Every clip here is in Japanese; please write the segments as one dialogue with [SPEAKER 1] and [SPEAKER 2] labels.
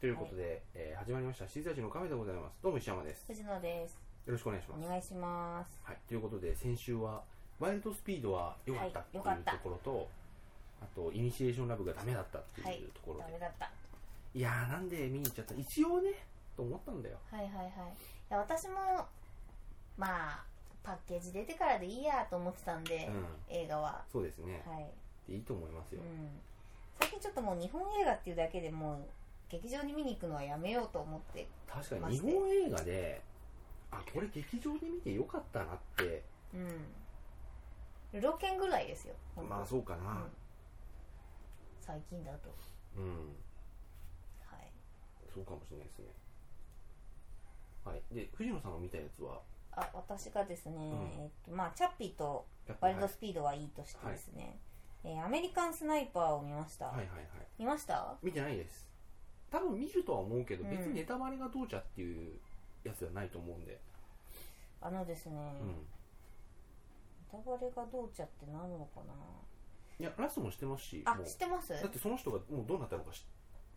[SPEAKER 1] ということで、えー始まりました、シーザジのカフェでございます。どうも石山です。よ
[SPEAKER 2] 藤野です。
[SPEAKER 1] ろしくお願いします。
[SPEAKER 2] お願いします。
[SPEAKER 1] はい、ということで、先週は、ワイルドスピードは良かった
[SPEAKER 2] は
[SPEAKER 1] って
[SPEAKER 2] い
[SPEAKER 1] いう
[SPEAKER 2] 良かった
[SPEAKER 1] ところと、あと、イニシエーションラブがダメだったって
[SPEAKER 2] はいいう
[SPEAKER 1] ところで、
[SPEAKER 2] ダ
[SPEAKER 1] い、
[SPEAKER 2] メだった。
[SPEAKER 1] やー、なんで見に行っちゃった一応ね、と思ったんだよ。
[SPEAKER 2] はいはいはい。いや私もまあパッケージ出てからでいいやと思ってたんで
[SPEAKER 1] う、ん、
[SPEAKER 2] 映画は
[SPEAKER 1] そうですね。
[SPEAKER 2] はい。
[SPEAKER 1] でいいと思います
[SPEAKER 2] う
[SPEAKER 1] よ。
[SPEAKER 2] ん。最近ちょっともう日本映画っていうだけでもう劇場に見に行くのはやめようと思って。
[SPEAKER 1] 確かに、日本映画で、あ、これ劇場で見て良かったなって、
[SPEAKER 2] うん。ルロケンぐらいですよ。ほんと
[SPEAKER 1] まあそうかな。
[SPEAKER 2] 最近だと。
[SPEAKER 1] うん
[SPEAKER 2] はい。
[SPEAKER 1] そうかもしれないですね。はい、で藤野さんが見たやつは、
[SPEAKER 2] あ私がですね、
[SPEAKER 1] ん
[SPEAKER 2] えっとまあチャッピーと
[SPEAKER 1] やっぱ
[SPEAKER 2] ワイ
[SPEAKER 1] り
[SPEAKER 2] ル
[SPEAKER 1] はい
[SPEAKER 2] ドスピードはいいとしてですね、えーアメリカンスナイパーを見ました、
[SPEAKER 1] はいはいはい、
[SPEAKER 2] 見ました
[SPEAKER 1] 見てないです。多分見るとは思うけど、
[SPEAKER 2] うん
[SPEAKER 1] 別にネタバレがどうじゃっていうやつではないと思うんで、
[SPEAKER 2] あのですね、
[SPEAKER 1] うん
[SPEAKER 2] ネタバレがどうちゃってなるのか
[SPEAKER 1] いやラストも知ってますし、
[SPEAKER 2] なあ
[SPEAKER 1] もう
[SPEAKER 2] 知ってます
[SPEAKER 1] だってその人がもうどうなったのか知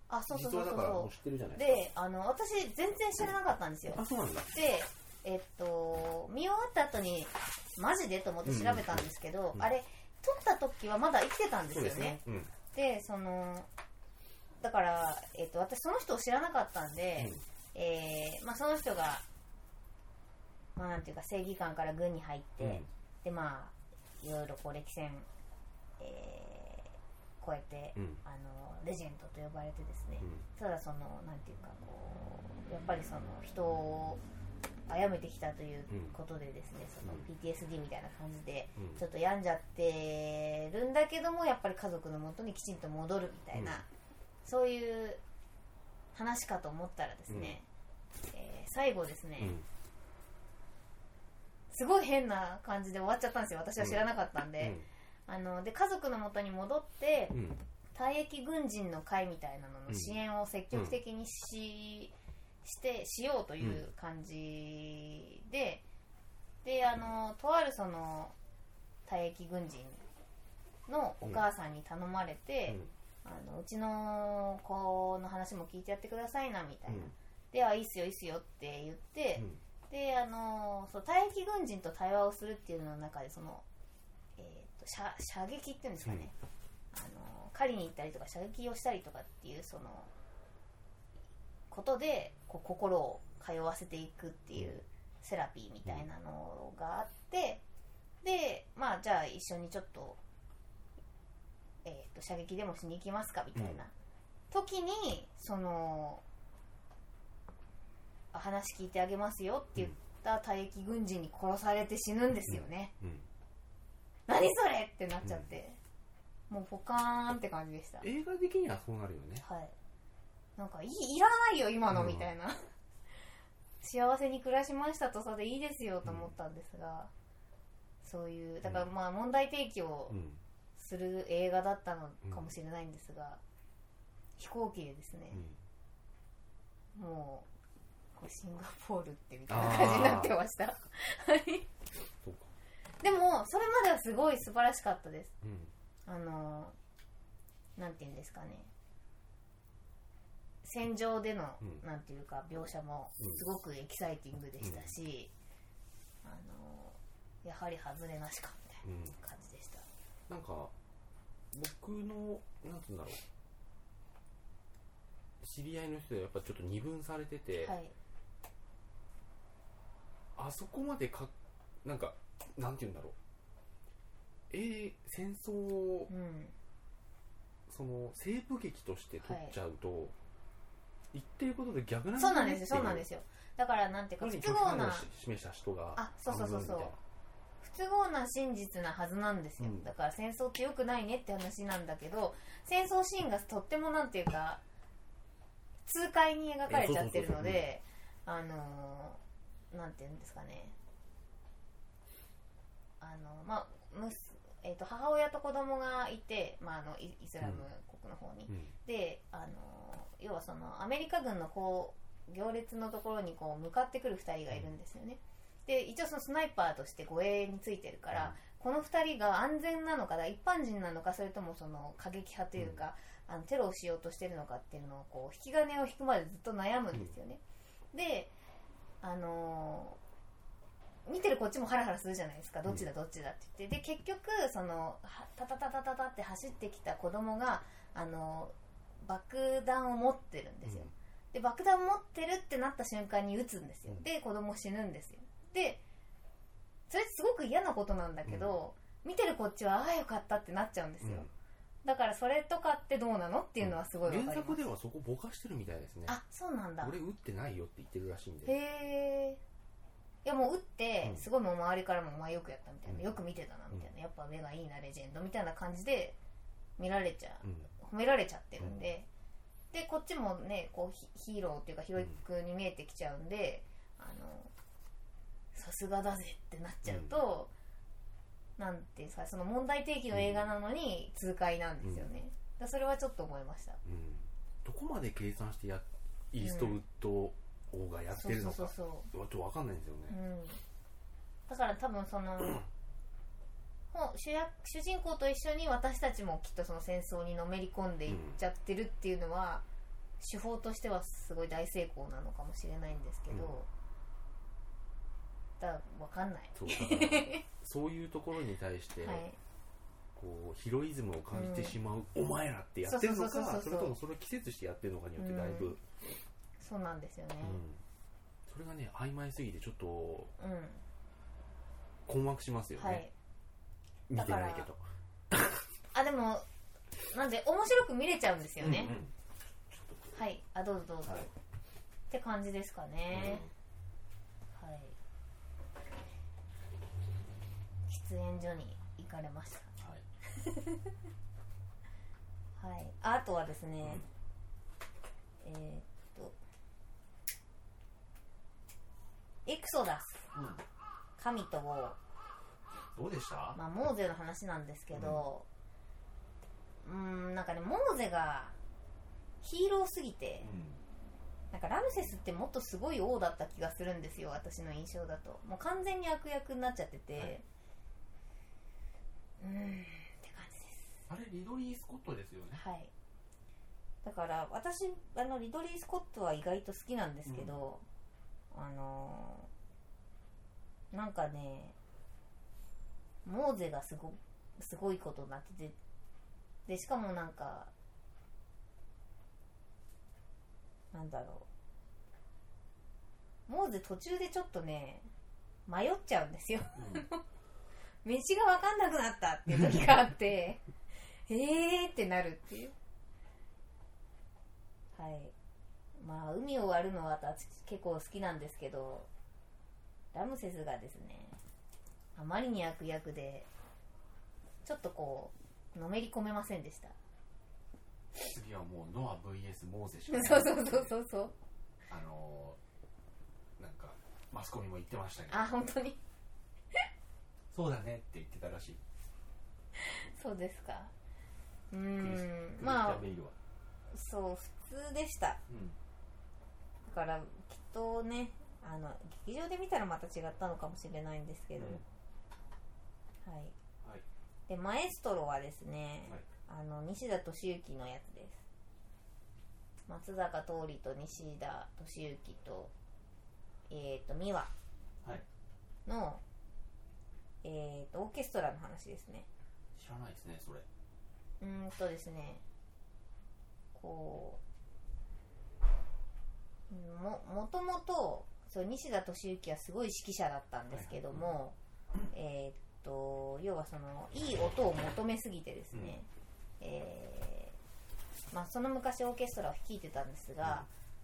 [SPEAKER 2] あそうそ
[SPEAKER 1] 実
[SPEAKER 2] うそ
[SPEAKER 1] は
[SPEAKER 2] う
[SPEAKER 1] だ
[SPEAKER 2] そう
[SPEAKER 1] からもう
[SPEAKER 2] そ
[SPEAKER 1] 知ってるじゃな
[SPEAKER 2] う
[SPEAKER 1] いです
[SPEAKER 2] であの私全然知らなかったんですよ
[SPEAKER 1] か。あそうなんだ。
[SPEAKER 2] でえっと見終わった後にマジでと思って調べたんですけど、
[SPEAKER 1] うんうん
[SPEAKER 2] あれ撮った時はまだ生きてたんです
[SPEAKER 1] そう
[SPEAKER 2] よ
[SPEAKER 1] です
[SPEAKER 2] ね
[SPEAKER 1] ね。うん。
[SPEAKER 2] でそのだから、えっと私その人を知らなかったんで、えーまあ、その人が、まあ、なんていうか正義感から軍に入って、
[SPEAKER 1] うん
[SPEAKER 2] でまあいろいろこう歴戦、えー超えて、
[SPEAKER 1] うん
[SPEAKER 2] あのレジェンドと呼ばれてですね、
[SPEAKER 1] うん
[SPEAKER 2] ただそのなんていうかこうやっぱりその人を殺めてきたということでです
[SPEAKER 1] うん
[SPEAKER 2] ね、その PTSD みたいな感じで
[SPEAKER 1] うん
[SPEAKER 2] ちょっと病んじゃってるんだけどもやっぱり家族のもとにきちんと戻るみたいな、
[SPEAKER 1] うん
[SPEAKER 2] そういう話かと思ったらですね、えー最後ですね、
[SPEAKER 1] うん
[SPEAKER 2] すごい変な感じで終わっちゃったんですよ私は知らなかったん
[SPEAKER 1] う
[SPEAKER 2] で,、
[SPEAKER 1] ん
[SPEAKER 2] あので家族のもとに戻って
[SPEAKER 1] うんうん
[SPEAKER 2] 退役軍人の会みたいなの
[SPEAKER 1] うん
[SPEAKER 2] の支援を積極的にし,、してしようという感じで、であのとあるその退役軍人のお母さんに頼まれて、うあのうちの子の話も聞いてやってくださいなみたいな、であいいっすよいいっすよって言っ
[SPEAKER 1] う
[SPEAKER 2] て、
[SPEAKER 1] ん
[SPEAKER 2] であのそう退役軍人と対話をするっていうのの中でその、えー、と射射撃っていうんですかね、あの狩りに行ったりとか射撃をしたりとかっていうそのことでこう心を通わせていくっていうセラピーみたいなのがあってでまあじゃあ一緒にちょっと,、えー、と射撃でもしに行きますかみたいな時にそのあ話聞いてあげますよって言った退役軍人に殺されて死ぬんですよね、
[SPEAKER 1] うん
[SPEAKER 2] 何それってなっちゃって、もうポカーンって感じでしたは
[SPEAKER 1] 映画的にはそうなるよね。
[SPEAKER 2] いなんかいいいらないよ今の
[SPEAKER 1] うん
[SPEAKER 2] みたいな、 幸せに暮らしましたとさでいいですよと思ったんですが、そういうだからまあ問題提起を
[SPEAKER 1] うん
[SPEAKER 2] する映画だったのかもしれないんですが、飛行機でですね、
[SPEAKER 1] うん
[SPEAKER 2] もうこうシンガポールってみたいな感じになってましたはい
[SPEAKER 1] そうか。
[SPEAKER 2] でもそれまではすごい素晴らしかったです
[SPEAKER 1] うん
[SPEAKER 2] あのなんて言うんですかね戦場での、
[SPEAKER 1] うん
[SPEAKER 2] なんていうか描写も
[SPEAKER 1] うん
[SPEAKER 2] すごくエキサイティングでしたし、あのやはり外れなしかみたい
[SPEAKER 1] うん。
[SPEAKER 2] な感じでした、
[SPEAKER 1] なんか僕のなんつうんだろう知り合いの人でやっぱちょっと二分されてて、
[SPEAKER 2] はい
[SPEAKER 1] あそこまでかなんかなんて言うんだろうえー戦争を
[SPEAKER 2] うん
[SPEAKER 1] その西部劇として撮っちゃうと、言ってることで逆なん
[SPEAKER 2] そうなんですよそうなんですすよだからなんていうか
[SPEAKER 1] の
[SPEAKER 2] 不
[SPEAKER 1] に
[SPEAKER 2] 都
[SPEAKER 1] 極
[SPEAKER 2] 合
[SPEAKER 1] 端を
[SPEAKER 2] な
[SPEAKER 1] し示した人が
[SPEAKER 2] あそうそうそうそ
[SPEAKER 1] 半
[SPEAKER 2] う
[SPEAKER 1] 分みたいな
[SPEAKER 2] 不都合な真実なはずなんですよ、
[SPEAKER 1] うん
[SPEAKER 2] だから戦争って良くないねって話なんだけど戦争シーンがとってもなんていうか痛快に描かれちゃってるのであのーなんていうんですかねあのまあむすえー、と母親と子供がいて、まあ、あのイイスラム国の方に、
[SPEAKER 1] うん
[SPEAKER 2] であの要はそのアメリカ軍のこう行列のところにこう向かってくる2人がいるんですよね、で一応そのスナイパーとして護衛についてるから、この2人が安全なのかだ一般人なのかそれともその過激派というか、あのテロをしようとしてるのかっていうのをこう引き金を引くまでずっと悩むんですよね、であのー見てるこっちもハラハラするじゃないですかどっちだどっちだって言ってで結局そのはタタタタタタって走ってきた子供があのー爆弾を持ってるんですよ、で爆弾持ってるってなった瞬間に撃つんですよ
[SPEAKER 1] うん
[SPEAKER 2] で子供死ぬんですよでそれってすごく嫌なことなんだけど、見てるこっちはああよかったってなっちゃうんですよ、だからそれとかってどうなのっていうのはすごいわかりま
[SPEAKER 1] 原
[SPEAKER 2] す、
[SPEAKER 1] 作ではそこぼかしてるみたいですね
[SPEAKER 2] あそうなんだ
[SPEAKER 1] 俺打ってないよって言ってるらしいん
[SPEAKER 2] へ
[SPEAKER 1] で
[SPEAKER 2] えいやもう打って
[SPEAKER 1] うん
[SPEAKER 2] すごいもう周りからも「お前よくやった」みたいな、
[SPEAKER 1] うん
[SPEAKER 2] よく見てたな」みたいな、やっぱ目がいいなレジェンド」みたいな感じで見られちゃ
[SPEAKER 1] うん
[SPEAKER 2] う褒められちゃってるんで、でこっちもねこうヒヒーローっていうかヒロイクに見えてきちゃうんであのさすがだぜってなっちゃうと、なんていうんですかその問題提起の映画なのに痛快なんですよね、だからそれはちょっと思いました
[SPEAKER 1] うんどこまで計算してやイーストウッド王がやってるのか
[SPEAKER 2] そう
[SPEAKER 1] わ
[SPEAKER 2] そうそうそう
[SPEAKER 1] ちょっとわかんないんですよね
[SPEAKER 2] うんだから多分そのほ主役主人公と一緒に私たちもきっとその戦争にのめり込んでいっちゃってるっていうのは、手法としてはすごい大成功なのかもしれないんですけど、だわかんない、
[SPEAKER 1] そうだからそういうところに対して
[SPEAKER 2] はい、
[SPEAKER 1] こうヒロイズムを感じてしまうお前らってやってるのかそれともそれを季節してやってるのかによってだいぶ
[SPEAKER 2] うんそうなんですよね
[SPEAKER 1] うんそれがね曖昧すぎてちょっと
[SPEAKER 2] うん、
[SPEAKER 1] 困惑しますよ
[SPEAKER 2] は
[SPEAKER 1] ね
[SPEAKER 2] い
[SPEAKER 1] 見てないけど
[SPEAKER 2] あでもなんで面白く見れちゃうんですよね、
[SPEAKER 1] うんうんちょっとこう
[SPEAKER 2] はいあどうぞどうぞ、
[SPEAKER 1] はい
[SPEAKER 2] って感じですかね、はい。喫煙所に行かれまし
[SPEAKER 1] うんはい
[SPEAKER 2] た。はい。ああとはですね、えーっと、エクソダス、神と王、
[SPEAKER 3] どうでした
[SPEAKER 2] まあ、モーゼの話なんですけど、うーん、なんかね、モーゼがヒーローすぎて、なんかラムセスってもっとすごい王だった気がするんですよ私の印象だともう完全に悪役になっちゃってて、
[SPEAKER 3] いう
[SPEAKER 2] ーんって感じです
[SPEAKER 3] あれ、リドリー・スコットですよね。
[SPEAKER 2] はいだから私あのリドリー・スコットは意外と好きなんですけど、あのーなんかねモーゼがすごすごいことになっててでしかもなんかなんだろうモーゼ途中でちょっとね迷っちゃうんですよ道が分かんなくなったっていう時があって えーってなるっていうはいまあ海を割るのは私結構好きなんですけどラムセスがですねあまりに悪役でちょっとこうのめり込めませんでした
[SPEAKER 3] 次はもう、ノア VS モーゼし
[SPEAKER 2] そうそうそうそうそう
[SPEAKER 3] あのー、なんか、マスコミも言ってましたけど、
[SPEAKER 2] あ本当に
[SPEAKER 3] そうだねって言ってたらしい。
[SPEAKER 2] そうですかうー
[SPEAKER 3] クリス
[SPEAKER 2] ん
[SPEAKER 3] クリスチ
[SPEAKER 2] ま
[SPEAKER 3] ャ
[SPEAKER 2] あ
[SPEAKER 3] ンベイルは。
[SPEAKER 2] そう普通でした
[SPEAKER 3] うん。
[SPEAKER 2] だからきっとねあの劇場で見たらまた違ったのかもしれないんですけど、はい
[SPEAKER 3] はい。
[SPEAKER 2] でマエストロはですね、
[SPEAKER 3] はい
[SPEAKER 2] あの西田敏行のやつです松坂桃李と西田敏行とえっ、と美和
[SPEAKER 3] はい
[SPEAKER 2] の、えー、とオーケストラの話ですね
[SPEAKER 3] 知らないですね、それ。
[SPEAKER 2] うーんとですねこうももともとそう西田敏行はすごい指揮者だったんですけども、えーっと要はそのいい音を求めすぎてですね、えーまあ、その昔オーケストラを率いてたんですが、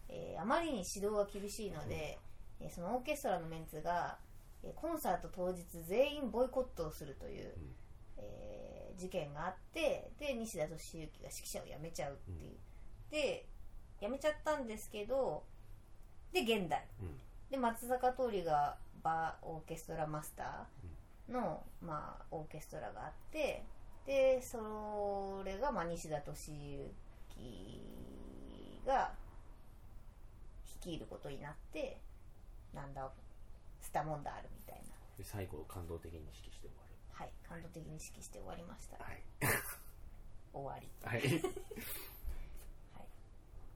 [SPEAKER 2] えーあまりに指導が厳しいので、えーそのオーケストラのメンツがえーコンサート当日全員ボイコットをするという、
[SPEAKER 1] うん
[SPEAKER 2] えー事件があってで西田敏行が指揮者を辞めちゃうっていう、で辞めちゃったんですけどで現代、
[SPEAKER 1] うん
[SPEAKER 2] で松坂桃李がバーオーケストラマスターの、まあ、オーケストラがあってでそれが、まあ、西田敏行が率いることになってなんだスタモンダールみたいな、
[SPEAKER 1] で最後感動的に指揮して終わ
[SPEAKER 2] はい、感動的に指揮して終わりました、
[SPEAKER 1] るはい
[SPEAKER 2] 終わり
[SPEAKER 1] はい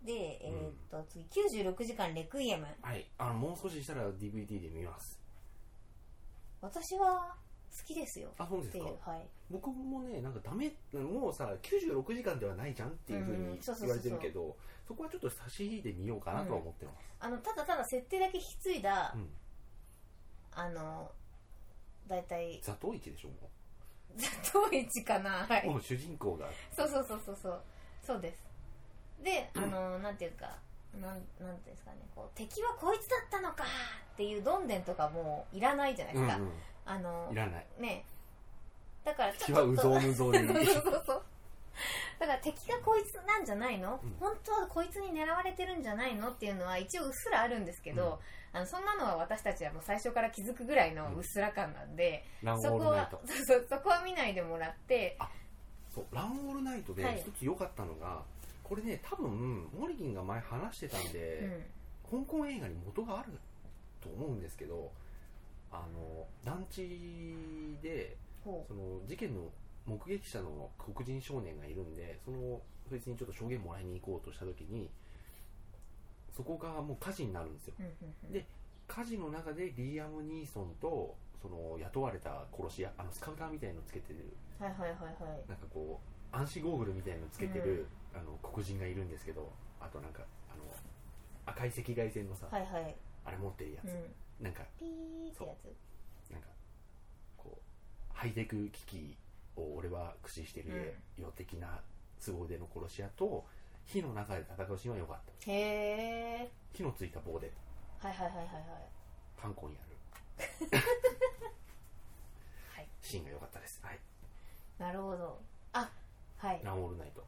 [SPEAKER 2] で、えーっと次96時間レクイエム
[SPEAKER 1] はいあのもう少ししたら DVD で見ます
[SPEAKER 2] 私は好きですよ
[SPEAKER 1] あそう
[SPEAKER 2] っ
[SPEAKER 1] です
[SPEAKER 2] てい
[SPEAKER 1] か
[SPEAKER 2] うはい
[SPEAKER 1] 僕もねなんかダメもうさ96時間ではないじゃんっていうふう
[SPEAKER 2] うん
[SPEAKER 1] に
[SPEAKER 2] そうそうそうそう
[SPEAKER 1] 言われてるけどそこはちょっと差し引いてみようかなとは思ってます、
[SPEAKER 2] あのただただ設定だけ引き継いだ、
[SPEAKER 1] うん
[SPEAKER 2] あの大体
[SPEAKER 1] ザトウイチでしょも
[SPEAKER 2] 雑踏一かなは
[SPEAKER 1] う
[SPEAKER 2] い
[SPEAKER 1] もう主人公が
[SPEAKER 2] そうそうそうそうそうそうですであのなんていうかなんなんていうんですかねこう敵はこいつだったのかっていうどんでんとかもういらないじゃないで
[SPEAKER 1] う
[SPEAKER 2] す
[SPEAKER 1] ん
[SPEAKER 2] か、
[SPEAKER 1] うん
[SPEAKER 2] あの
[SPEAKER 1] いらない
[SPEAKER 2] ねだから
[SPEAKER 1] 敵はうぞうむ ぞうでいい
[SPEAKER 2] そうそうそうそうだから敵がこいつなんじゃないの、
[SPEAKER 1] うん
[SPEAKER 2] 本当はこいつに狙われてるんじゃないのっていうのは一応うっすらあるんですけど、あのそんなのは私たちはもう最初から気づくぐらいのうっすら感なんで、
[SPEAKER 1] ラン
[SPEAKER 2] そ
[SPEAKER 1] オー
[SPEAKER 2] こ
[SPEAKER 1] ルナイ
[SPEAKER 2] は
[SPEAKER 1] ト
[SPEAKER 2] そうそうそこは見ないでもらって
[SPEAKER 1] そうランオールナイトで
[SPEAKER 2] はい
[SPEAKER 1] 一つ良かったのが、これね多分モリギンが前話してたん
[SPEAKER 2] うん
[SPEAKER 1] で、香港映画に元があると思うんですけどあの団地で
[SPEAKER 2] ほ
[SPEAKER 1] その事件の目撃者の黒人少年がいるんでそのそいつにちょっと証言もらいに行こうとした時にそこがもう火事になるんですよ
[SPEAKER 2] ううんうんうん
[SPEAKER 1] で火事の中でリーアム・ニーソンとその雇われた殺し屋あのスカウターみたいのつけてる
[SPEAKER 2] はいはいはいはい
[SPEAKER 1] なんかこう暗視ゴーグルみたいのつけてる、あの黒人がいるんですけどあとなんかあの赤い赤外線のさ、
[SPEAKER 2] はいはい、
[SPEAKER 1] あれ持ってるや
[SPEAKER 2] う
[SPEAKER 1] つ、
[SPEAKER 2] ん、
[SPEAKER 1] なんか
[SPEAKER 2] ピーってやつ
[SPEAKER 1] なんかこうハイテク機器を俺は駆使してるよ的な都合での殺し屋と火の中で戦うシーンは良かった
[SPEAKER 2] へえ
[SPEAKER 1] 火のついた棒で
[SPEAKER 2] はいはいはいはいはい
[SPEAKER 1] パンコにやる、
[SPEAKER 2] はい
[SPEAKER 1] シーンが良かったですはい
[SPEAKER 2] なるほどあはい
[SPEAKER 1] ランオールナイト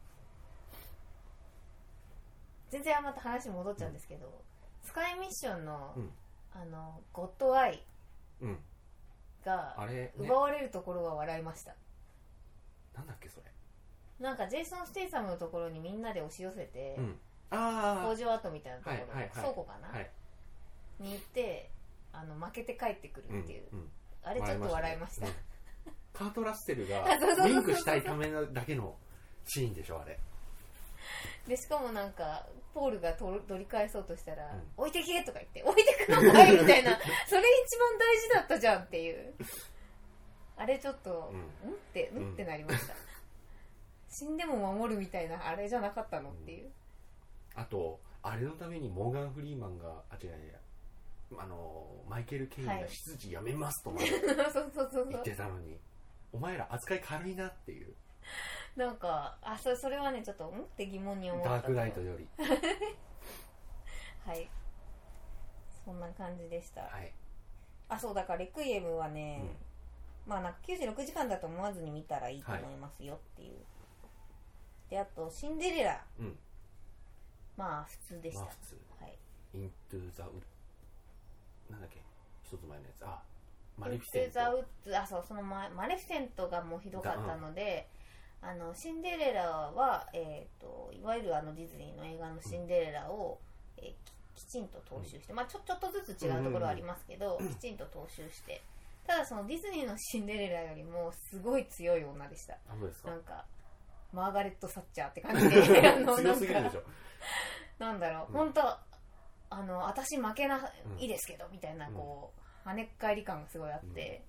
[SPEAKER 2] 全然また話戻っちゃうんですけど、スカイミッションの、
[SPEAKER 1] うん
[SPEAKER 2] あのゴッドアイ
[SPEAKER 1] うんあ
[SPEAKER 2] が
[SPEAKER 1] れ、ね、
[SPEAKER 2] 奪われるところは笑いました、
[SPEAKER 1] なんだっけそれ
[SPEAKER 2] なんかジェイソン・ステイサムのところにみんなで押し寄せて、
[SPEAKER 1] うんあ
[SPEAKER 2] 工場跡みたいなところ、
[SPEAKER 1] はいはいはい
[SPEAKER 2] 倉庫か
[SPEAKER 1] あは
[SPEAKER 2] な、
[SPEAKER 1] い
[SPEAKER 2] に行ってあの負けて帰ってくるっていう、
[SPEAKER 1] んん
[SPEAKER 2] あれちょっと笑いました
[SPEAKER 1] ねうんカート・ラッセルが
[SPEAKER 2] そうそうそうそう
[SPEAKER 1] リンクしたいためだけのシーンでしょあれ
[SPEAKER 2] でしかもなんかポールがとる取り返そうとしたら
[SPEAKER 1] うん
[SPEAKER 2] 「置いてけ!」とか言って「置いてくのか い!」みたいなそれ一番大事だったじゃんっていうあれちょっと
[SPEAKER 1] うん
[SPEAKER 2] 「ん?」って「
[SPEAKER 1] うん
[SPEAKER 2] ん?」ってなりました死んでも守るみたいなあれじゃなかったのっていう
[SPEAKER 1] あとあれのためにモーガン・フリーマンがあ違う違うあのマイケル・ケインが
[SPEAKER 2] はい
[SPEAKER 1] 執事辞めますとまで
[SPEAKER 2] そうそうそうそう
[SPEAKER 1] 言ってたのに、お前ら扱い軽いなっていう
[SPEAKER 2] なんかあそそれはねちょっと「ん?」って疑問に思った
[SPEAKER 1] ダークナイトより
[SPEAKER 2] はいそんな感じでした
[SPEAKER 1] はい、
[SPEAKER 2] あそうだからレクイエムは
[SPEAKER 1] う
[SPEAKER 2] ね、
[SPEAKER 1] ん
[SPEAKER 2] まあなんか96時間だと思わずに見たらいいと思いますよっていう、であと「シンデレラ
[SPEAKER 1] うん」
[SPEAKER 2] まあ普通でし
[SPEAKER 1] ま
[SPEAKER 2] た、
[SPEAKER 1] あ普通
[SPEAKER 2] はい、
[SPEAKER 1] イントゥ・ザ・ウなんだっけ一つ前のやつあマ
[SPEAKER 2] マ
[SPEAKER 1] レ
[SPEAKER 2] レ
[SPEAKER 1] フ
[SPEAKER 2] フ
[SPEAKER 1] ィセ
[SPEAKER 2] ィセ
[SPEAKER 1] ン
[SPEAKER 2] ン
[SPEAKER 1] ト
[SPEAKER 2] トあそうそのママレフィセントがもうひどかったので、あのシンデレラは、えー、といわゆるあのディズニーの映画の「シンデレラを」えーききちんと踏襲して、まあ、ちょちょっとずつ違うところはありますけど、きちんと踏襲してただそのディズニーの「シンデレラ」よりもすごい強い女でした
[SPEAKER 1] あそうですか
[SPEAKER 2] なんかマーガレット・サッチャーって感じ であの
[SPEAKER 1] 強すぎる
[SPEAKER 2] な
[SPEAKER 1] で
[SPEAKER 2] ん
[SPEAKER 1] し
[SPEAKER 2] か
[SPEAKER 1] ょ
[SPEAKER 2] なんだろう、
[SPEAKER 1] うん
[SPEAKER 2] 本当あの私負けな
[SPEAKER 1] うん
[SPEAKER 2] いいですけどみたいなこう、跳ねっ返り感がすごいあって、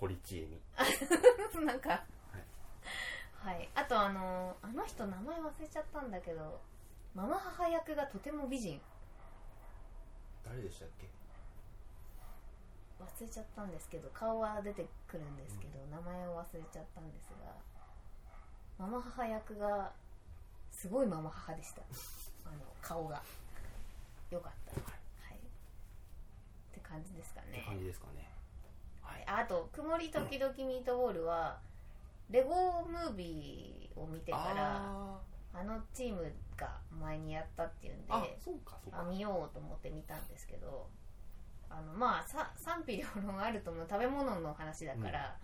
[SPEAKER 1] 堀ちえみ
[SPEAKER 2] なんかはい、あとあのあの人名前忘れちゃったんだけどママ母役がとても美人
[SPEAKER 1] 誰でしたっけ
[SPEAKER 2] 忘れちゃったんですけど顔は出てくるんですけど、名前を忘れちゃったんですがママ母役がすごいママ母でした あの顔がよかった、はい、って感じですか
[SPEAKER 1] って
[SPEAKER 2] ね
[SPEAKER 1] 感じですかねはい
[SPEAKER 2] あと「曇り時々ミートボールは」レゴムービーを見てから
[SPEAKER 1] あ
[SPEAKER 2] あのチームが前にやったっていうんで
[SPEAKER 1] ーあそうかそう
[SPEAKER 2] あ
[SPEAKER 1] か
[SPEAKER 2] 見ようと思って見たんですけどあのまあさ賛否両論あると思う食べ物の話だから、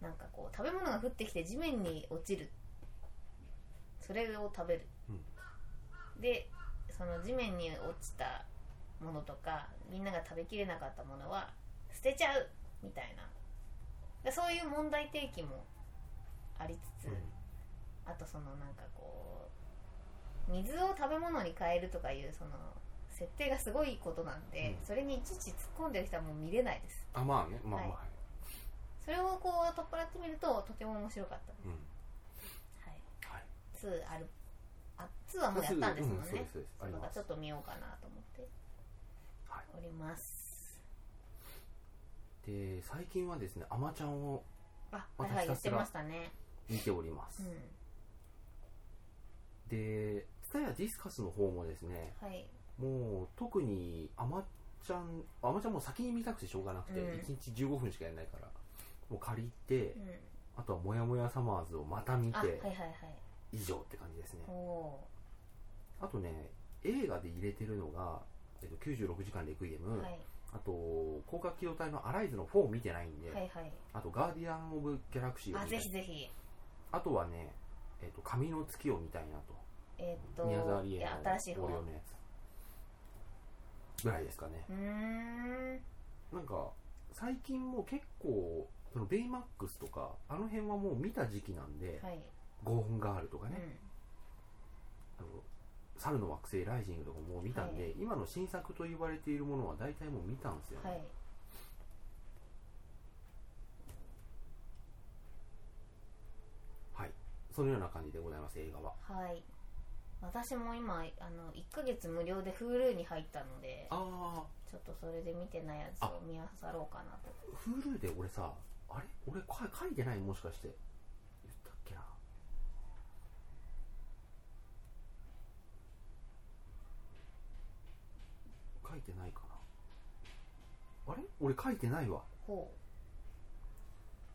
[SPEAKER 2] なんかこう食べ物が降ってきて地面に落ちるそれを食べる、でその地面に落ちたものとかみんなが食べきれなかったものは捨てちゃうみたいなでそういう問題提起もありつつ、
[SPEAKER 1] うん
[SPEAKER 2] あとそのなんかこう水を食べ物に変えるとかいうその設定がすごいことなんで、
[SPEAKER 1] うん
[SPEAKER 2] それにいちいち突っ込んでる人はもう見れないです
[SPEAKER 1] あまあねまあまあ、
[SPEAKER 2] はいそれをこう取っ払ってみるととても面白かったで
[SPEAKER 1] うん
[SPEAKER 2] す、はい、
[SPEAKER 1] はい
[SPEAKER 2] 2あるあ2はもうやったんですもん
[SPEAKER 1] うん
[SPEAKER 2] ね、
[SPEAKER 1] そうですそうですあ
[SPEAKER 2] そ
[SPEAKER 1] り
[SPEAKER 2] れが
[SPEAKER 1] ま
[SPEAKER 2] ち
[SPEAKER 1] す
[SPEAKER 2] ょっと見ようかなと思って
[SPEAKER 1] はい
[SPEAKER 2] おります
[SPEAKER 1] で最近はですね「あまちゃん」を
[SPEAKER 2] あ
[SPEAKER 1] ま
[SPEAKER 2] は
[SPEAKER 1] た
[SPEAKER 2] いは
[SPEAKER 1] ひ
[SPEAKER 2] い言
[SPEAKER 1] た
[SPEAKER 2] っ
[SPEAKER 1] す
[SPEAKER 2] て
[SPEAKER 1] ら
[SPEAKER 2] ましたね
[SPEAKER 1] 見ております、
[SPEAKER 2] うん
[SPEAKER 1] で「ツタヤディスカス」の方もですね
[SPEAKER 2] はい
[SPEAKER 1] もう特にあまちゃんあまちゃんもう先に見たくてしょうがなくて、
[SPEAKER 2] うん
[SPEAKER 1] 1日15分しかやらないからもう借りて、
[SPEAKER 2] うん
[SPEAKER 1] あとは「もやもやサマーズ」をまた見
[SPEAKER 2] あはいはい
[SPEAKER 1] て
[SPEAKER 2] はい
[SPEAKER 1] 以上って感じですね
[SPEAKER 2] おお
[SPEAKER 1] あとね映画で入れてるのが「えっと、96時間レクイエ
[SPEAKER 2] ー、
[SPEAKER 1] ム」
[SPEAKER 2] はい
[SPEAKER 1] あと「広角機動隊のアライズ」の4を見てないんで、
[SPEAKER 2] はいはい
[SPEAKER 1] あと「ガーディアン・オブ・ギャラクシー」を
[SPEAKER 2] あ
[SPEAKER 1] 見
[SPEAKER 2] ぜ
[SPEAKER 1] たい
[SPEAKER 2] ひぜひ
[SPEAKER 1] あとはね「えっと、紙の月」を見たいなと
[SPEAKER 2] えーっと
[SPEAKER 1] 宮沢りえ
[SPEAKER 2] いや
[SPEAKER 1] の
[SPEAKER 2] 新しい方
[SPEAKER 1] 同
[SPEAKER 2] う
[SPEAKER 1] 僚のやつぐらいですかね
[SPEAKER 2] ーん
[SPEAKER 1] なんか最近もう結構そのベイマックスとかあの辺はもう見た時期なんで
[SPEAKER 2] はい、
[SPEAKER 1] 「ゴーンガール」とかね「あの猿の惑星ライジング」とかもう見たんで、
[SPEAKER 2] は
[SPEAKER 1] 今の新作と言われているものは大体もう見たんです
[SPEAKER 2] う
[SPEAKER 1] よ
[SPEAKER 2] ん
[SPEAKER 1] ね、
[SPEAKER 2] はい
[SPEAKER 1] そのような感じでございます映画は
[SPEAKER 2] はい私も今あの1ヶ月無料で Hulu に入ったので
[SPEAKER 1] あ
[SPEAKER 2] ちょっとそれで見てないやつを見あさろうかなと
[SPEAKER 1] あ Hulu で俺さあれ俺か書いてないもしかして言ったっけな書いてないかなあれ俺書いてないわ
[SPEAKER 2] ほ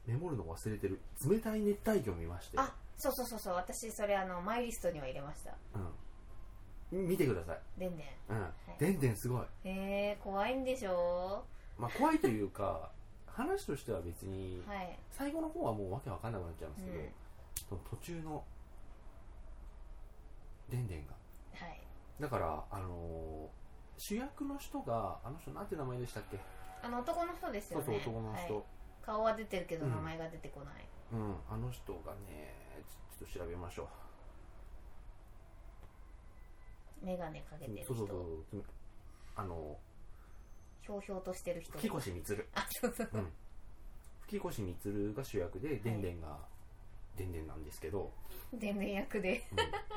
[SPEAKER 1] メモるの忘れてる冷たい熱帯魚見まし
[SPEAKER 2] う
[SPEAKER 1] て
[SPEAKER 2] あそうそうそうそう私それあのマイリストには入れました
[SPEAKER 1] うん、見てください、
[SPEAKER 2] でんでん
[SPEAKER 1] うんでんでんすごい、
[SPEAKER 2] へえ怖いんでしょ
[SPEAKER 1] まあ、怖いというか話としては別に
[SPEAKER 2] はい
[SPEAKER 1] 最後の方はもうわけわかんなくなっちゃうんですけど、
[SPEAKER 2] うん
[SPEAKER 1] その途中のでんでんが
[SPEAKER 2] はい
[SPEAKER 1] だからあのー主役の人があの人なんて名前でしたっけ、
[SPEAKER 2] あの男の人です
[SPEAKER 1] そ
[SPEAKER 2] よ
[SPEAKER 1] う
[SPEAKER 2] ね
[SPEAKER 1] そう男の人、
[SPEAKER 2] はい顔は出てるけど
[SPEAKER 1] うん
[SPEAKER 2] 名前が出てこない、
[SPEAKER 1] うんあの人がねちょちょっと調べましょう
[SPEAKER 2] 眼鏡かけてる人
[SPEAKER 1] そうそうそうあの
[SPEAKER 2] ひょうひょうとしてる人
[SPEAKER 1] 吹越充
[SPEAKER 2] あそうそう
[SPEAKER 1] うん、吹越充が主役ででんでんがでんでんなんですけど、
[SPEAKER 2] でんでん役で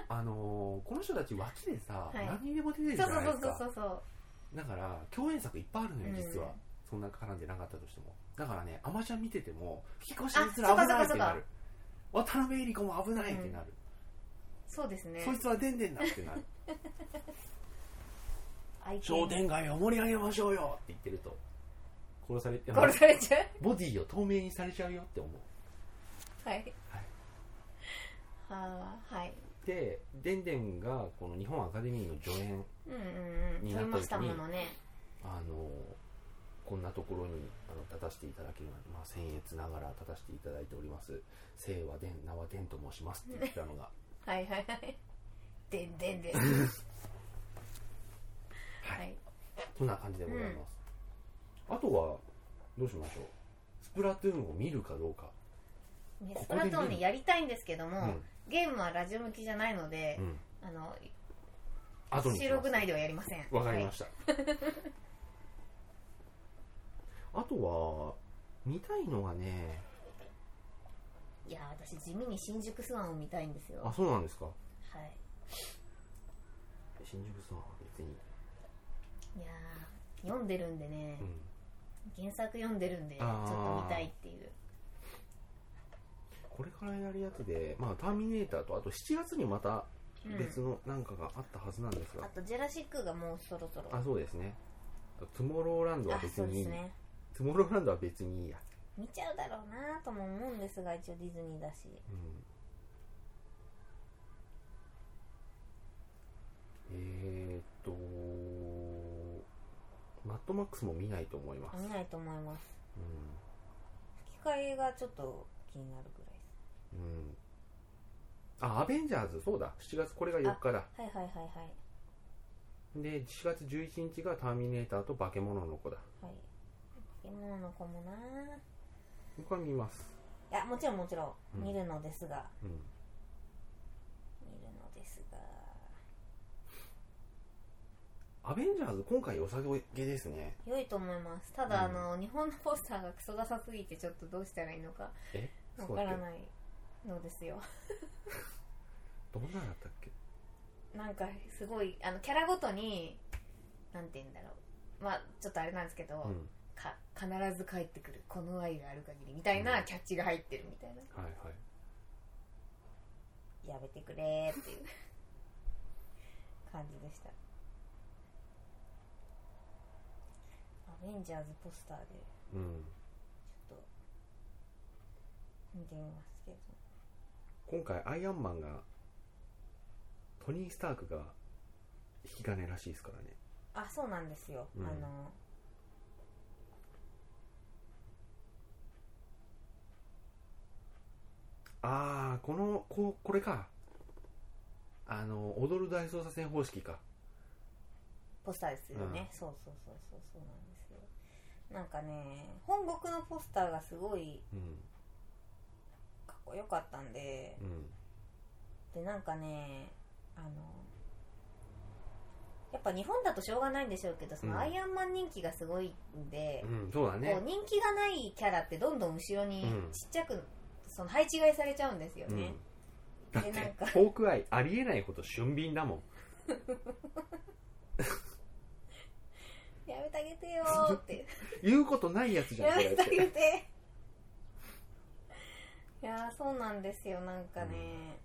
[SPEAKER 1] うんあのーこの人たち脇でさ、
[SPEAKER 2] はい
[SPEAKER 1] 何にでも出てるじ
[SPEAKER 2] そ
[SPEAKER 1] ゃ
[SPEAKER 2] う
[SPEAKER 1] ないで
[SPEAKER 2] そう
[SPEAKER 1] す
[SPEAKER 2] そうそ
[SPEAKER 1] か
[SPEAKER 2] うそう
[SPEAKER 1] だから共演作いっぱいあるのよ
[SPEAKER 2] うん
[SPEAKER 1] 実は、そんな絡んでなかったとしてもだからねアマちゃん見てても吹越
[SPEAKER 2] あ
[SPEAKER 1] 充危ないってなる渡辺江里子も危ないってなる、
[SPEAKER 2] そうですね
[SPEAKER 1] そいつはでんでんだってなる
[SPEAKER 2] 愛
[SPEAKER 1] 商店街を盛り上げましょうよって言ってると殺されて
[SPEAKER 2] 殺されちゃ
[SPEAKER 1] ボディを透明にされちゃうよって思う
[SPEAKER 2] うはいはあはい
[SPEAKER 1] ででんでんがこの日本アカデミーの助演
[SPEAKER 2] うんうんうん
[SPEAKER 1] に
[SPEAKER 2] 撮
[SPEAKER 1] な
[SPEAKER 2] り
[SPEAKER 1] った時に
[SPEAKER 2] ましたものね
[SPEAKER 1] あのこんなところにあの立たせていただきま、まあ、僭越ながら立たせていただいております「姓は伝名は伝と申します」って言ったのが
[SPEAKER 2] はいはいはいでんでんでんはい
[SPEAKER 1] そんな感じでございます、あとはどうしましょうスプラトゥーンを見るかどうか、
[SPEAKER 2] ね
[SPEAKER 1] こ
[SPEAKER 2] ス
[SPEAKER 1] こ
[SPEAKER 2] プ
[SPEAKER 1] で
[SPEAKER 2] ラトゥーンねやりたいんですけど
[SPEAKER 1] う
[SPEAKER 2] も、
[SPEAKER 1] ん
[SPEAKER 2] ゲームはラジオ向きじゃないので
[SPEAKER 1] う、ん、
[SPEAKER 2] あの
[SPEAKER 1] 後にし
[SPEAKER 2] 収
[SPEAKER 1] ます
[SPEAKER 2] 録内ではやりません
[SPEAKER 1] わかりま
[SPEAKER 2] し
[SPEAKER 1] した、あとは見たいのがね
[SPEAKER 2] い、いや私地味に新宿スワンを見たいんですよ
[SPEAKER 1] あ
[SPEAKER 2] は
[SPEAKER 1] そうなんですか
[SPEAKER 2] い
[SPEAKER 1] 新宿さんは別に、
[SPEAKER 2] いやー読んでるんでね
[SPEAKER 1] う、ん、
[SPEAKER 2] 原作読んでるんでちょ
[SPEAKER 1] あー
[SPEAKER 2] っと見たいっていう
[SPEAKER 1] これからやるやつで、まあ、ターミネーターと、あと7月にまた
[SPEAKER 2] うん
[SPEAKER 1] 別のなんかがあったはずなんです
[SPEAKER 2] あ
[SPEAKER 1] が、
[SPEAKER 2] とジェラシックがもうそろそろ
[SPEAKER 1] あ、そうですね。トゥモローランドは
[SPEAKER 2] あ
[SPEAKER 1] 別
[SPEAKER 2] そう
[SPEAKER 1] にい
[SPEAKER 2] で
[SPEAKER 1] い、
[SPEAKER 2] すね
[SPEAKER 1] トゥモローランドは別にいいや。
[SPEAKER 2] 見ちゃうだろうなとも思うんですが一応ディズニーだし
[SPEAKER 1] うんえーっと、マットマックスも見ないと思います。
[SPEAKER 2] 見ないと思います
[SPEAKER 1] う
[SPEAKER 2] 吹き替えがちょっと気になるぐらいで
[SPEAKER 1] ん。うん。あ、アベンジャーズ、そうだ。7月、これが4日だ。
[SPEAKER 2] すはいはいはいはい
[SPEAKER 1] で、7月11日がターミネーターと化け物の子だ。
[SPEAKER 2] はい化け物の子もな
[SPEAKER 1] 僕は見ます。
[SPEAKER 2] いやもちろんもちろん
[SPEAKER 1] うん
[SPEAKER 2] 見るのですが、
[SPEAKER 1] うん。
[SPEAKER 2] 見るのですが
[SPEAKER 1] アベンジャーズ今回良さげですね
[SPEAKER 2] 良いと思いますただ、あの日本のポスターがクソダサすぎてちょっとどうしたらいいのか
[SPEAKER 1] え
[SPEAKER 2] わ
[SPEAKER 1] そう
[SPEAKER 2] か
[SPEAKER 1] だっけ
[SPEAKER 2] らないのですよ
[SPEAKER 1] どんなのだったっけ
[SPEAKER 2] なんかすごいあのキャラごとになんて言うんだろうまあちょっとあれなんですけど、
[SPEAKER 1] うん
[SPEAKER 2] か必ず帰ってくるこの愛がある限りみたいな
[SPEAKER 1] うん
[SPEAKER 2] キャッチが入ってるみたいな、
[SPEAKER 1] はいはい
[SPEAKER 2] やめてくれーっていう感じでしたアベンジャーズポスターで
[SPEAKER 1] うん
[SPEAKER 2] ちょっと見てみますけど
[SPEAKER 1] 今回アイアンマンがトニー・スタークが引き金らしいですからね
[SPEAKER 2] あそうなんですよ、
[SPEAKER 1] うん
[SPEAKER 2] あの
[SPEAKER 1] ああこのここれかあの踊る大捜査線方式か
[SPEAKER 2] ポスターですよね、そうそうそうそうそうなんですよなんかね本国のポスターがすごい
[SPEAKER 1] うん
[SPEAKER 2] かっこよかったんで
[SPEAKER 1] うん
[SPEAKER 2] でなんかねあのやっぱ日本だとしょうがないんでしょうけどそ
[SPEAKER 1] うん
[SPEAKER 2] のアイアンマン人気がすごいんで、
[SPEAKER 1] うんそうだね
[SPEAKER 2] こう人気がないキャラってどんどん後ろに
[SPEAKER 1] うん
[SPEAKER 2] ちっちゃく、その配置換えされちゃうんですよ
[SPEAKER 1] うん
[SPEAKER 2] ね、
[SPEAKER 1] だっ
[SPEAKER 2] でなん
[SPEAKER 1] て
[SPEAKER 2] か
[SPEAKER 1] フォークアイありえないこと俊敏だもん
[SPEAKER 2] やめてあげてよーって
[SPEAKER 1] 言うことないやつ じゃん
[SPEAKER 2] や
[SPEAKER 1] こ
[SPEAKER 2] め
[SPEAKER 1] れ
[SPEAKER 2] てあげていやーそうなんですよなんかね、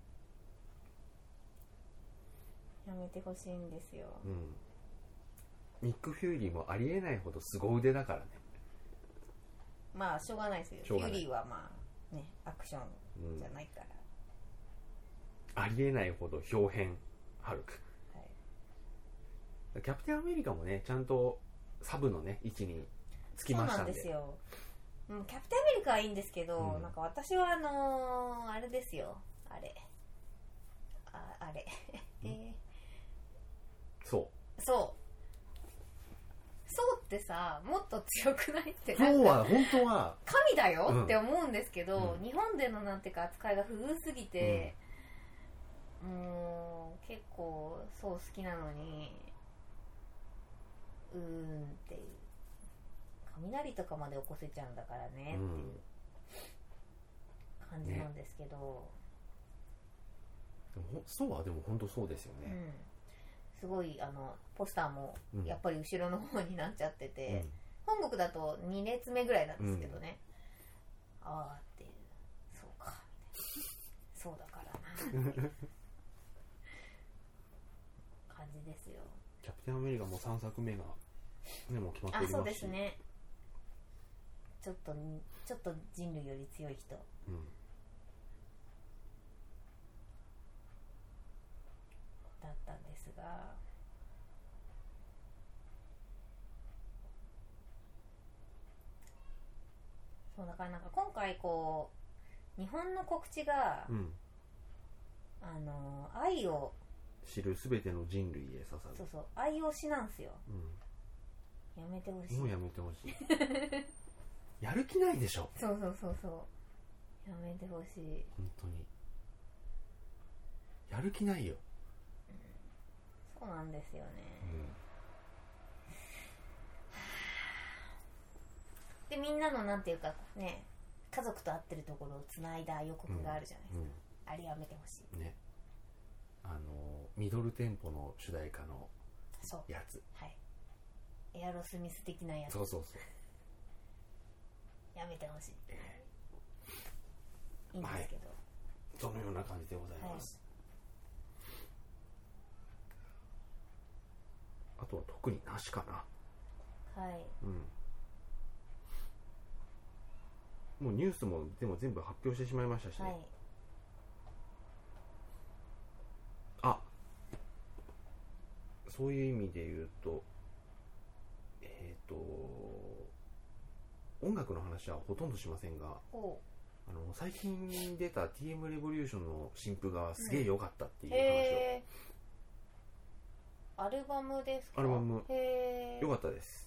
[SPEAKER 2] やめてほしいんですよ
[SPEAKER 1] うんニック・フューリーもありえないほど凄腕だからね、
[SPEAKER 2] まあしょうがないですよ
[SPEAKER 1] し
[SPEAKER 2] フ
[SPEAKER 1] ょう
[SPEAKER 2] ュ
[SPEAKER 1] がな
[SPEAKER 2] ー
[SPEAKER 1] い
[SPEAKER 2] リーはまあねアクション
[SPEAKER 1] うん
[SPEAKER 2] じゃないから、
[SPEAKER 1] ありえないほど豹変ハルク
[SPEAKER 2] はい
[SPEAKER 1] キャプテンアメリカもねちゃんとサブのね位置につきましたんで
[SPEAKER 2] そうなんですようんキャプテンアメリカはいいんですけど、
[SPEAKER 1] うん
[SPEAKER 2] なんか私はあのーあれですよあれああれ、え
[SPEAKER 1] そう
[SPEAKER 2] ーそうそうってさもっと強くないって
[SPEAKER 1] 今
[SPEAKER 2] なん
[SPEAKER 1] 日
[SPEAKER 2] か
[SPEAKER 1] は本当は
[SPEAKER 2] 神だ
[SPEAKER 1] う
[SPEAKER 2] よ
[SPEAKER 1] ん
[SPEAKER 2] って思うんですけど、
[SPEAKER 1] う
[SPEAKER 2] 日本でのなんていうか扱いが不遇すぎて、もう結構そう好きなのにうーんっていう雷とかまで起こせちゃうんだからねっていう感じなんですけど、
[SPEAKER 1] でもほそうはでも本当そうですよ
[SPEAKER 2] う
[SPEAKER 1] ね、
[SPEAKER 2] ん、すごいあのポスターも
[SPEAKER 1] うん
[SPEAKER 2] やっぱり後ろの方になっちゃってて、
[SPEAKER 1] うん
[SPEAKER 2] 本国だと2列目ぐらいなんですけどね、ああっていうそうかそうだからなっ ていう感じですよ
[SPEAKER 1] キャプテンアメリカも3作目が、ね、もう決まって
[SPEAKER 2] あ
[SPEAKER 1] おり
[SPEAKER 2] そう
[SPEAKER 1] ま
[SPEAKER 2] です
[SPEAKER 1] し
[SPEAKER 2] すねちょっとにちょっと人類より強い人
[SPEAKER 1] うん、
[SPEAKER 2] だったんですがそうだからなんか今回こう日本の告知が、
[SPEAKER 1] うん、
[SPEAKER 2] あの愛を
[SPEAKER 1] 知るすべての人類へ刺さる
[SPEAKER 2] そうそう愛用しなんすよ
[SPEAKER 1] う
[SPEAKER 2] やめてほしい
[SPEAKER 1] ん、もうやめてほしい やる気ないでしょ
[SPEAKER 2] そうそうそうそうやめてほしい
[SPEAKER 1] 本当にやる気ないよ、
[SPEAKER 2] そうなんですよね、でみんなのなんていうかね家族と会ってるところをつないだ予告があるじゃないですか、
[SPEAKER 1] う
[SPEAKER 2] あれやめてほしい
[SPEAKER 1] んねあのミドルテンポの主題歌の
[SPEAKER 2] そう
[SPEAKER 1] やつ
[SPEAKER 2] はいエアロスミス的なやつ
[SPEAKER 1] そうそうそう
[SPEAKER 2] やめてほしい、い、いんですけど、
[SPEAKER 1] そのような感じでございます、あとは特になしかな
[SPEAKER 2] はい、
[SPEAKER 1] うんもうニュースもでも全部発表してしまいましたしね、
[SPEAKER 2] はい、
[SPEAKER 1] あそういう意味で言うとえっ、と音楽の話はほとんどしませんが
[SPEAKER 2] ほ
[SPEAKER 1] あの最近出た TM レボリューションの新譜がすげえ良かったっていう
[SPEAKER 2] う
[SPEAKER 1] 話を、
[SPEAKER 2] へえアルバムですか
[SPEAKER 1] アルバム
[SPEAKER 2] へえ
[SPEAKER 1] 良かったです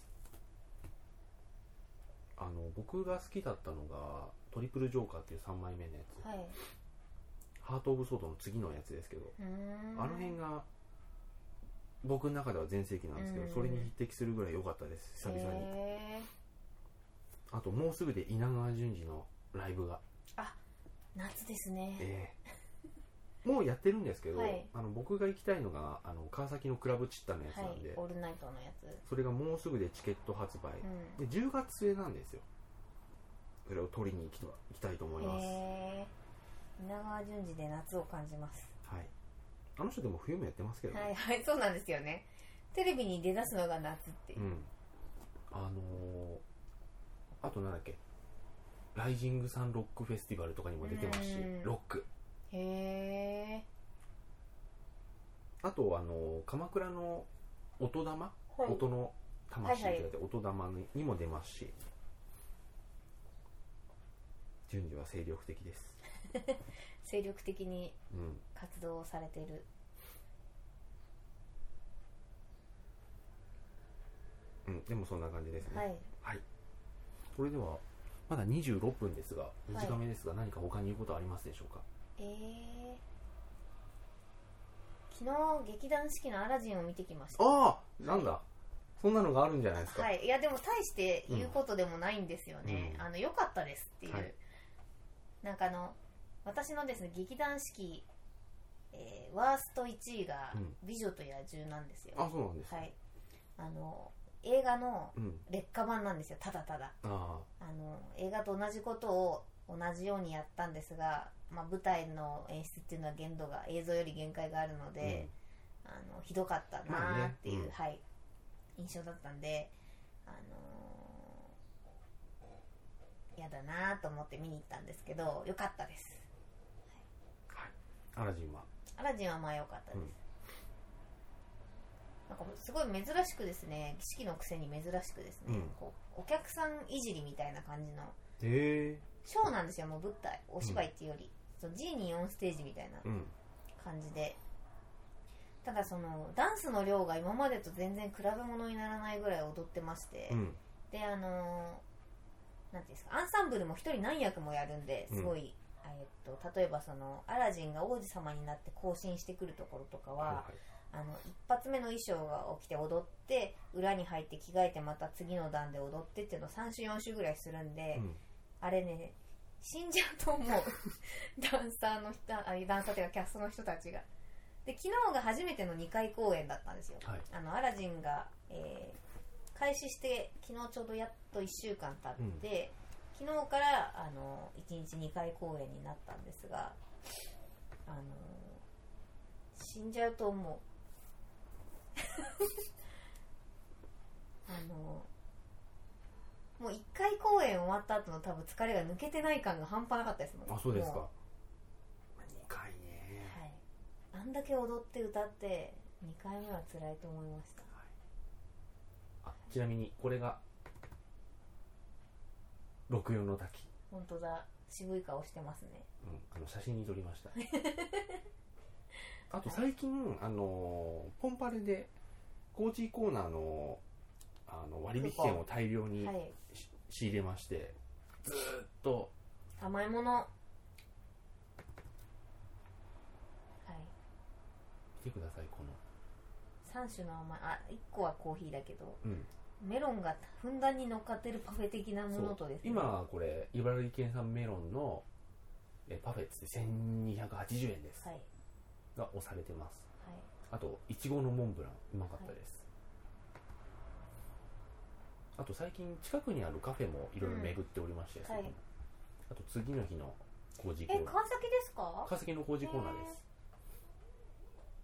[SPEAKER 1] あの僕が好きだったのがトリプルジョーカーっていう3枚目のやつ、
[SPEAKER 2] はい
[SPEAKER 1] ハート・オブ・ソードの次のやつですけど
[SPEAKER 2] うーん
[SPEAKER 1] あの辺が僕の中では全盛期なんですけど、
[SPEAKER 2] うん
[SPEAKER 1] それに匹敵するぐらい良かったです久々に、
[SPEAKER 2] へ
[SPEAKER 1] あともうすぐで稲川淳二のライブが、
[SPEAKER 2] ー夏ですね
[SPEAKER 1] ええもうやってるんですけど、
[SPEAKER 2] はい
[SPEAKER 1] あの僕が行きたいのがあの川崎のクラブチッタのやつ
[SPEAKER 2] は
[SPEAKER 1] なんで、
[SPEAKER 2] いオールナイトのやつ
[SPEAKER 1] それがもうすぐでチケット発売、で
[SPEAKER 2] う
[SPEAKER 1] 10月末なんですよそれを取りに行きた行きたいと思い
[SPEAKER 2] ん
[SPEAKER 1] ます、
[SPEAKER 2] へー稲川淳二で夏を感じます
[SPEAKER 1] はいあの人でも冬もやってますけどね、
[SPEAKER 2] はいはいそうなんですよねテレビに出だすのが夏っていう
[SPEAKER 1] うんあのーあとなんだっけライジングサンロックフェスティバルとかにも出てますし
[SPEAKER 2] うん
[SPEAKER 1] ロック
[SPEAKER 2] へえ
[SPEAKER 1] あとあのー鎌倉の音玉、
[SPEAKER 2] はい
[SPEAKER 1] 音の魂って
[SPEAKER 2] はい
[SPEAKER 1] 書
[SPEAKER 2] はいい
[SPEAKER 1] て音玉にも出ますし順次は精力的です
[SPEAKER 2] 精力的に
[SPEAKER 1] うん
[SPEAKER 2] 活動をされてる
[SPEAKER 1] うん、でもそんな感じですね。
[SPEAKER 2] は
[SPEAKER 1] はい。
[SPEAKER 2] い
[SPEAKER 1] それでは、まだ26分ですが、短めですが、何か他に言うことありますでしょうか。
[SPEAKER 2] えー昨日劇団四季の「アラジン」を見てきました
[SPEAKER 1] ああなんだ、そんなのがあるんじゃないですか。
[SPEAKER 2] はい、いやでも大して言うことでもないんですよね、
[SPEAKER 1] うん
[SPEAKER 2] あの良かったですっていう、
[SPEAKER 1] はい
[SPEAKER 2] なんかあの私のですね劇団四季、えーワースト1位が
[SPEAKER 1] うん
[SPEAKER 2] 「美女と野獣」なんですよ、
[SPEAKER 1] あ、そうなんです。
[SPEAKER 2] はいあの映画の
[SPEAKER 1] うん。
[SPEAKER 2] 劣化版なんですよただただ
[SPEAKER 1] あ
[SPEAKER 2] あの映画と同じことを同じようにやったんですが、まあ、舞台の演出っていうのは限度が映像より限界があるの
[SPEAKER 1] あ。
[SPEAKER 2] で、あのひどかったなーっていう、
[SPEAKER 1] まあねうん
[SPEAKER 2] はい、印象だったんで、あのー、やだなーと思って見に行ったんですけど良かったです
[SPEAKER 1] うん。アラジンは。
[SPEAKER 2] アラジンはまあ良かったです、
[SPEAKER 1] うん
[SPEAKER 2] なんかすごい珍しくですね儀式のくせに珍しくですね、
[SPEAKER 1] うん
[SPEAKER 2] こうお客さんいじりみたいな感じの
[SPEAKER 1] へえ。
[SPEAKER 2] ショーなんですよもう舞台お芝居っていうより、そのジーニーオンステージみたいな
[SPEAKER 1] うん。
[SPEAKER 2] 感じでただそのダンスの量が今までと全然比べ物にならないぐらい踊ってまして、
[SPEAKER 1] うん。
[SPEAKER 2] であのーなんていうんですかアンサンブルも一人何役もやるんで
[SPEAKER 1] うん
[SPEAKER 2] すごい、えーっと例えばそのアラジンが王子様になって行進してくるところとかは、
[SPEAKER 1] は
[SPEAKER 2] あの一発目の衣装が起きて踊って裏に入って着替えてまた次の段で踊ってっていうのを3週4週ぐらいするん
[SPEAKER 1] い。
[SPEAKER 2] で、
[SPEAKER 1] うん。
[SPEAKER 2] あれね死んじゃうと思う ダンサーの人あダンサーというかキャストの人たちがで昨日が初めての2回公演だったんですよ
[SPEAKER 1] はい。
[SPEAKER 2] あのアラジンが、えー開始して昨日ちょうどやっと1週間経って、昨日からあの1日2回公演になったんですが、あのー死んじゃうと 思うあのーもう1回公演終わった後の多分疲れが抜けてない感が半端なかったですもん
[SPEAKER 1] あ、そうです
[SPEAKER 2] も
[SPEAKER 1] か。二回ね。
[SPEAKER 2] はい、あんだけ踊って歌って2回目は辛いと思いました
[SPEAKER 1] あ、ちなみに、これが。六四の滝。
[SPEAKER 2] 本当だ渋い顔してますね
[SPEAKER 1] うん、あの写真に撮りました あと最近あのーポンパレでコーチコーナーのあの割引券を大量に
[SPEAKER 2] はい
[SPEAKER 1] し仕入れましてずーっと
[SPEAKER 2] 甘いものはい
[SPEAKER 1] 見てくださいこの
[SPEAKER 2] 3種の甘いあ1個はコーヒーだけど
[SPEAKER 1] うん
[SPEAKER 2] メロンがふんだんに乗っかってるパフェ的なものとですね
[SPEAKER 1] 今はこれ茨城県産メロンのえパフェっつって1280円です、
[SPEAKER 2] はいはい
[SPEAKER 1] が押されてますあといちごのモンブランうまかったです、あと最近近くにあるカフェもいろいろ巡っておりまして、
[SPEAKER 2] うんはい
[SPEAKER 1] あと次の日の工事コー
[SPEAKER 2] え
[SPEAKER 1] ナー
[SPEAKER 2] 川崎ですか
[SPEAKER 1] 川崎の工事コーナーです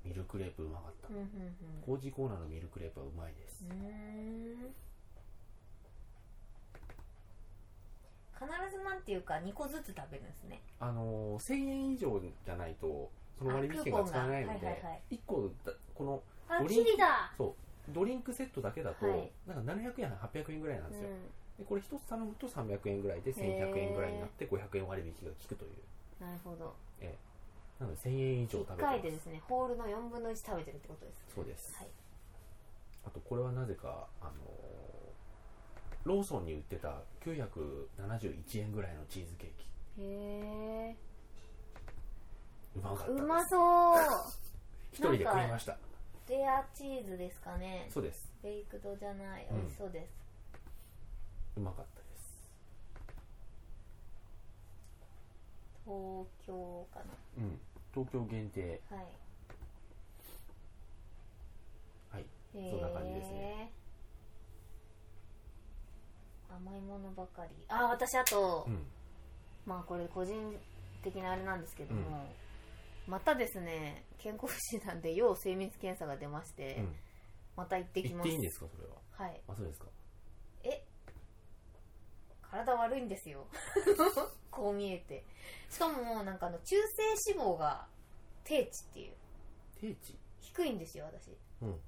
[SPEAKER 1] ミルクレープうまかった、
[SPEAKER 2] うんうん
[SPEAKER 1] 工事コーナーのミルクレープはうまいです、
[SPEAKER 2] うんうーん必ずなんていうか2個ずつ食べるんですね
[SPEAKER 1] あのー1000円以上じゃないとその割引券が使えないの
[SPEAKER 2] あクーポンがはい
[SPEAKER 1] で
[SPEAKER 2] はいはい
[SPEAKER 1] 1個だこの
[SPEAKER 2] あ
[SPEAKER 1] ドリン
[SPEAKER 2] チ
[SPEAKER 1] ク
[SPEAKER 2] リだ
[SPEAKER 1] そうドリンクセットだけだと、
[SPEAKER 2] はい
[SPEAKER 1] なんか700円800円ぐらいなんですよ、
[SPEAKER 2] う
[SPEAKER 1] でこれ1つ頼むと300円ぐらいで1100円ぐらいになって500円割引が効くというん
[SPEAKER 2] なるほど
[SPEAKER 1] なので1000円以上食べて
[SPEAKER 2] 1回でですねホールの4分の1食べてるってことです
[SPEAKER 1] そうです、
[SPEAKER 2] はい
[SPEAKER 1] あとこれはなぜか、あのーローソンに売ってた971円ぐらいのチーズケーキ
[SPEAKER 2] へ
[SPEAKER 1] うまかった
[SPEAKER 2] え
[SPEAKER 1] で
[SPEAKER 2] う
[SPEAKER 1] す
[SPEAKER 2] まそう
[SPEAKER 1] 一人で食いました
[SPEAKER 2] レアチーズですかね
[SPEAKER 1] そうです
[SPEAKER 2] ベイクドじゃない
[SPEAKER 1] うん
[SPEAKER 2] 美味しそうです、
[SPEAKER 1] うまかったです
[SPEAKER 2] 東京か
[SPEAKER 1] うん東京限定
[SPEAKER 2] なはい
[SPEAKER 1] はい
[SPEAKER 2] へえ
[SPEAKER 1] そんな感じですね
[SPEAKER 2] 甘いものばかりあ私あと、
[SPEAKER 1] うん
[SPEAKER 2] まあこれ個人的なあれなんですけども、またですね健康不診断で要精密検査が出まして、
[SPEAKER 1] うん
[SPEAKER 2] また行ってき
[SPEAKER 1] 言っ
[SPEAKER 2] ま
[SPEAKER 1] て
[SPEAKER 2] す
[SPEAKER 1] いいんですかそれは
[SPEAKER 2] はい
[SPEAKER 1] あそうですか
[SPEAKER 2] え体悪いんですよ こう見えてしかもなんかあの中性脂肪が低値っていう
[SPEAKER 1] 定置
[SPEAKER 2] 低いんですよ私
[SPEAKER 1] うん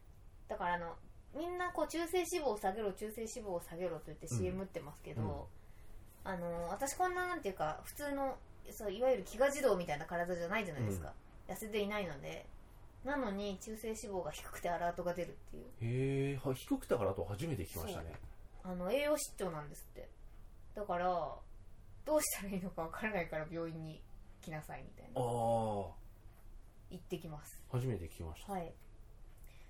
[SPEAKER 2] だからあのみんなこう中性脂肪を下げろ中性脂肪を下げろと言って
[SPEAKER 1] うん
[SPEAKER 2] CM 打ってますけど、
[SPEAKER 1] うん
[SPEAKER 2] あの私こんななんていうか普通のそういわゆる飢餓児童みたいな体じゃないじゃないですか、痩せていないのでなのに中性脂肪が低くてアラートが出るっていう
[SPEAKER 1] へえは低くてからと初めて来ましたね
[SPEAKER 2] あの栄養失調なんですってだからどうしたらいいのかわからないから病院に来なさいみたい
[SPEAKER 1] あ
[SPEAKER 2] な
[SPEAKER 1] あー
[SPEAKER 2] 行ってきます
[SPEAKER 1] 初めて聞きました
[SPEAKER 2] はい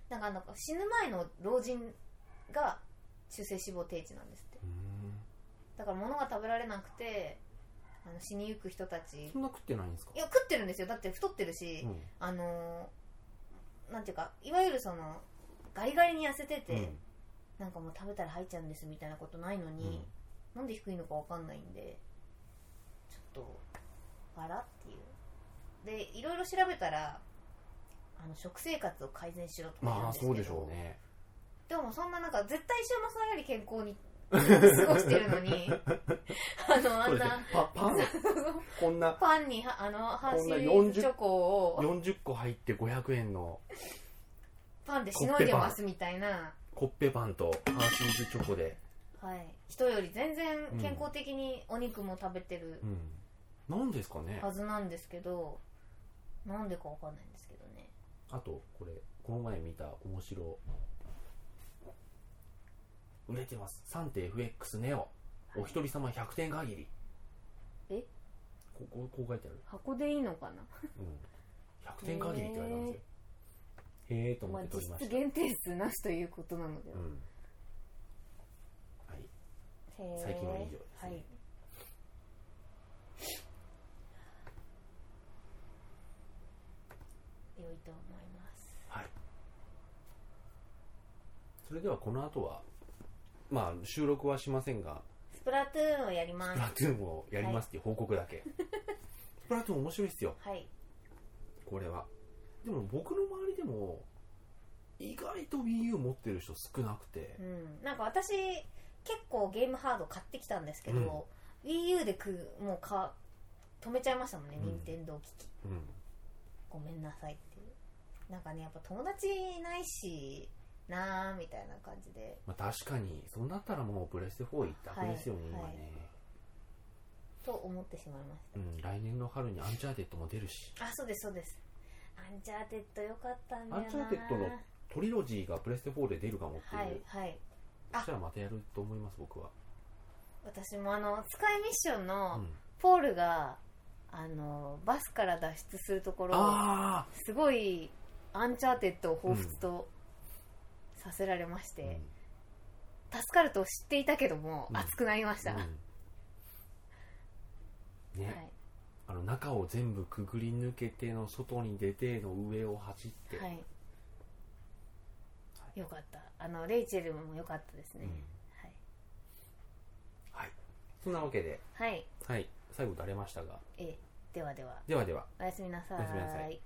[SPEAKER 2] なんかあの死ぬ前の老人が中性脂肪低値なんですって
[SPEAKER 1] うーん
[SPEAKER 2] だから物が食べられなくてあの死にゆく人たちい
[SPEAKER 1] そんな食ってないんですか
[SPEAKER 2] や食ってるんですよだって太ってるし、
[SPEAKER 1] うん
[SPEAKER 2] あのーなんていうかいわゆるそのガリガリに痩せてて、
[SPEAKER 1] うん
[SPEAKER 2] なんかもう食べたら入っちゃうんですみたいなことないの
[SPEAKER 1] う
[SPEAKER 2] に
[SPEAKER 1] ん、
[SPEAKER 2] なんで低いのかわかんないんでちょっとあらっていうでいろいろ調べたらあの食生活を改善しろとか言うん
[SPEAKER 1] まあ
[SPEAKER 2] ですけ
[SPEAKER 1] そ
[SPEAKER 2] ど
[SPEAKER 1] うでしょうね
[SPEAKER 2] でもそんななんか絶対週末のより健康に 過ごしてるのに あのあ
[SPEAKER 1] そうんですね
[SPEAKER 2] な
[SPEAKER 1] パパン こんな
[SPEAKER 2] パンにはあのハンシ
[SPEAKER 1] こん
[SPEAKER 2] ー
[SPEAKER 1] な40
[SPEAKER 2] ズチョコを
[SPEAKER 1] 40個入って500円の
[SPEAKER 2] パンでしのいでますみたいな、
[SPEAKER 1] コッペパンとハーシーズチョコで
[SPEAKER 2] はい、人より全然健康的にお肉も食べてる
[SPEAKER 1] うん何ですかね
[SPEAKER 2] はずなんですけど、なんでかわかんないんですけどね
[SPEAKER 1] あとこれこの前見た面白売れてますサンテ FX ネオお一人様100点限り
[SPEAKER 2] え
[SPEAKER 1] こここう書いてある、
[SPEAKER 2] 箱でいいのかな、
[SPEAKER 1] うん、100点限りって言われたんですよへえと思
[SPEAKER 2] ま
[SPEAKER 1] っ
[SPEAKER 2] あ
[SPEAKER 1] て、
[SPEAKER 2] 実
[SPEAKER 1] 取りま
[SPEAKER 2] 質
[SPEAKER 1] した、
[SPEAKER 2] 限定数なしということなので、
[SPEAKER 1] うんはい、
[SPEAKER 2] へー
[SPEAKER 1] 最近は以上ですね
[SPEAKER 2] はい良いと思います
[SPEAKER 1] はい、それではこの後はまあ収録はしませんが
[SPEAKER 2] スプラトゥーンをやりま
[SPEAKER 1] スプラ
[SPEAKER 2] す
[SPEAKER 1] トゥーンをやりますっていう報告だけ、スプラトゥーン面白いっすよ
[SPEAKER 2] はい
[SPEAKER 1] これはでも僕の周りでも意外と WiiU 持ってる人少なくて
[SPEAKER 2] うん、なんか私結構ゲームハード買ってきたんですけど、WiiU でくもうか止めちゃいましたもんね、
[SPEAKER 1] うん
[SPEAKER 2] 任天堂機器
[SPEAKER 1] うん
[SPEAKER 2] ごめんなさいっていうなんかねやっぱ友達いないしなーみたいな感じで
[SPEAKER 1] まあ、確かにそうなったらもうプレステ4一択ですよね、
[SPEAKER 2] はい
[SPEAKER 1] 今ね、
[SPEAKER 2] と思ってしまいまし
[SPEAKER 1] うん、来年の春にアンチャーテッドも出るした
[SPEAKER 2] あそうですそうですアンチャーテッドよかったんだよ
[SPEAKER 1] ア
[SPEAKER 2] な
[SPEAKER 1] ンチャーテッドの
[SPEAKER 2] は
[SPEAKER 1] トリロジーがプレステ4で出るかもっていう、
[SPEAKER 2] いはい
[SPEAKER 1] そしたらまたやると思います僕は、
[SPEAKER 2] 私もあのスカイミッション
[SPEAKER 1] う
[SPEAKER 2] の
[SPEAKER 1] ん、
[SPEAKER 2] ポールが、あのバスから脱出するところを
[SPEAKER 1] ああ
[SPEAKER 2] すごいアンチャーテッドを彷彿とさせられまして、助かると知っていたけども、
[SPEAKER 1] うん
[SPEAKER 2] 熱くなりました、はい
[SPEAKER 1] ね、あの中を全部くぐり抜けての外に出ての上を走って、
[SPEAKER 2] はいよかったあのレイチェルもよかったですね、
[SPEAKER 1] そんなわけで、
[SPEAKER 2] はい、はい
[SPEAKER 1] はい、最後だれましたが
[SPEAKER 2] えではでは
[SPEAKER 1] ではでは
[SPEAKER 2] おやすみなさ
[SPEAKER 1] おやすみなさ
[SPEAKER 2] ーい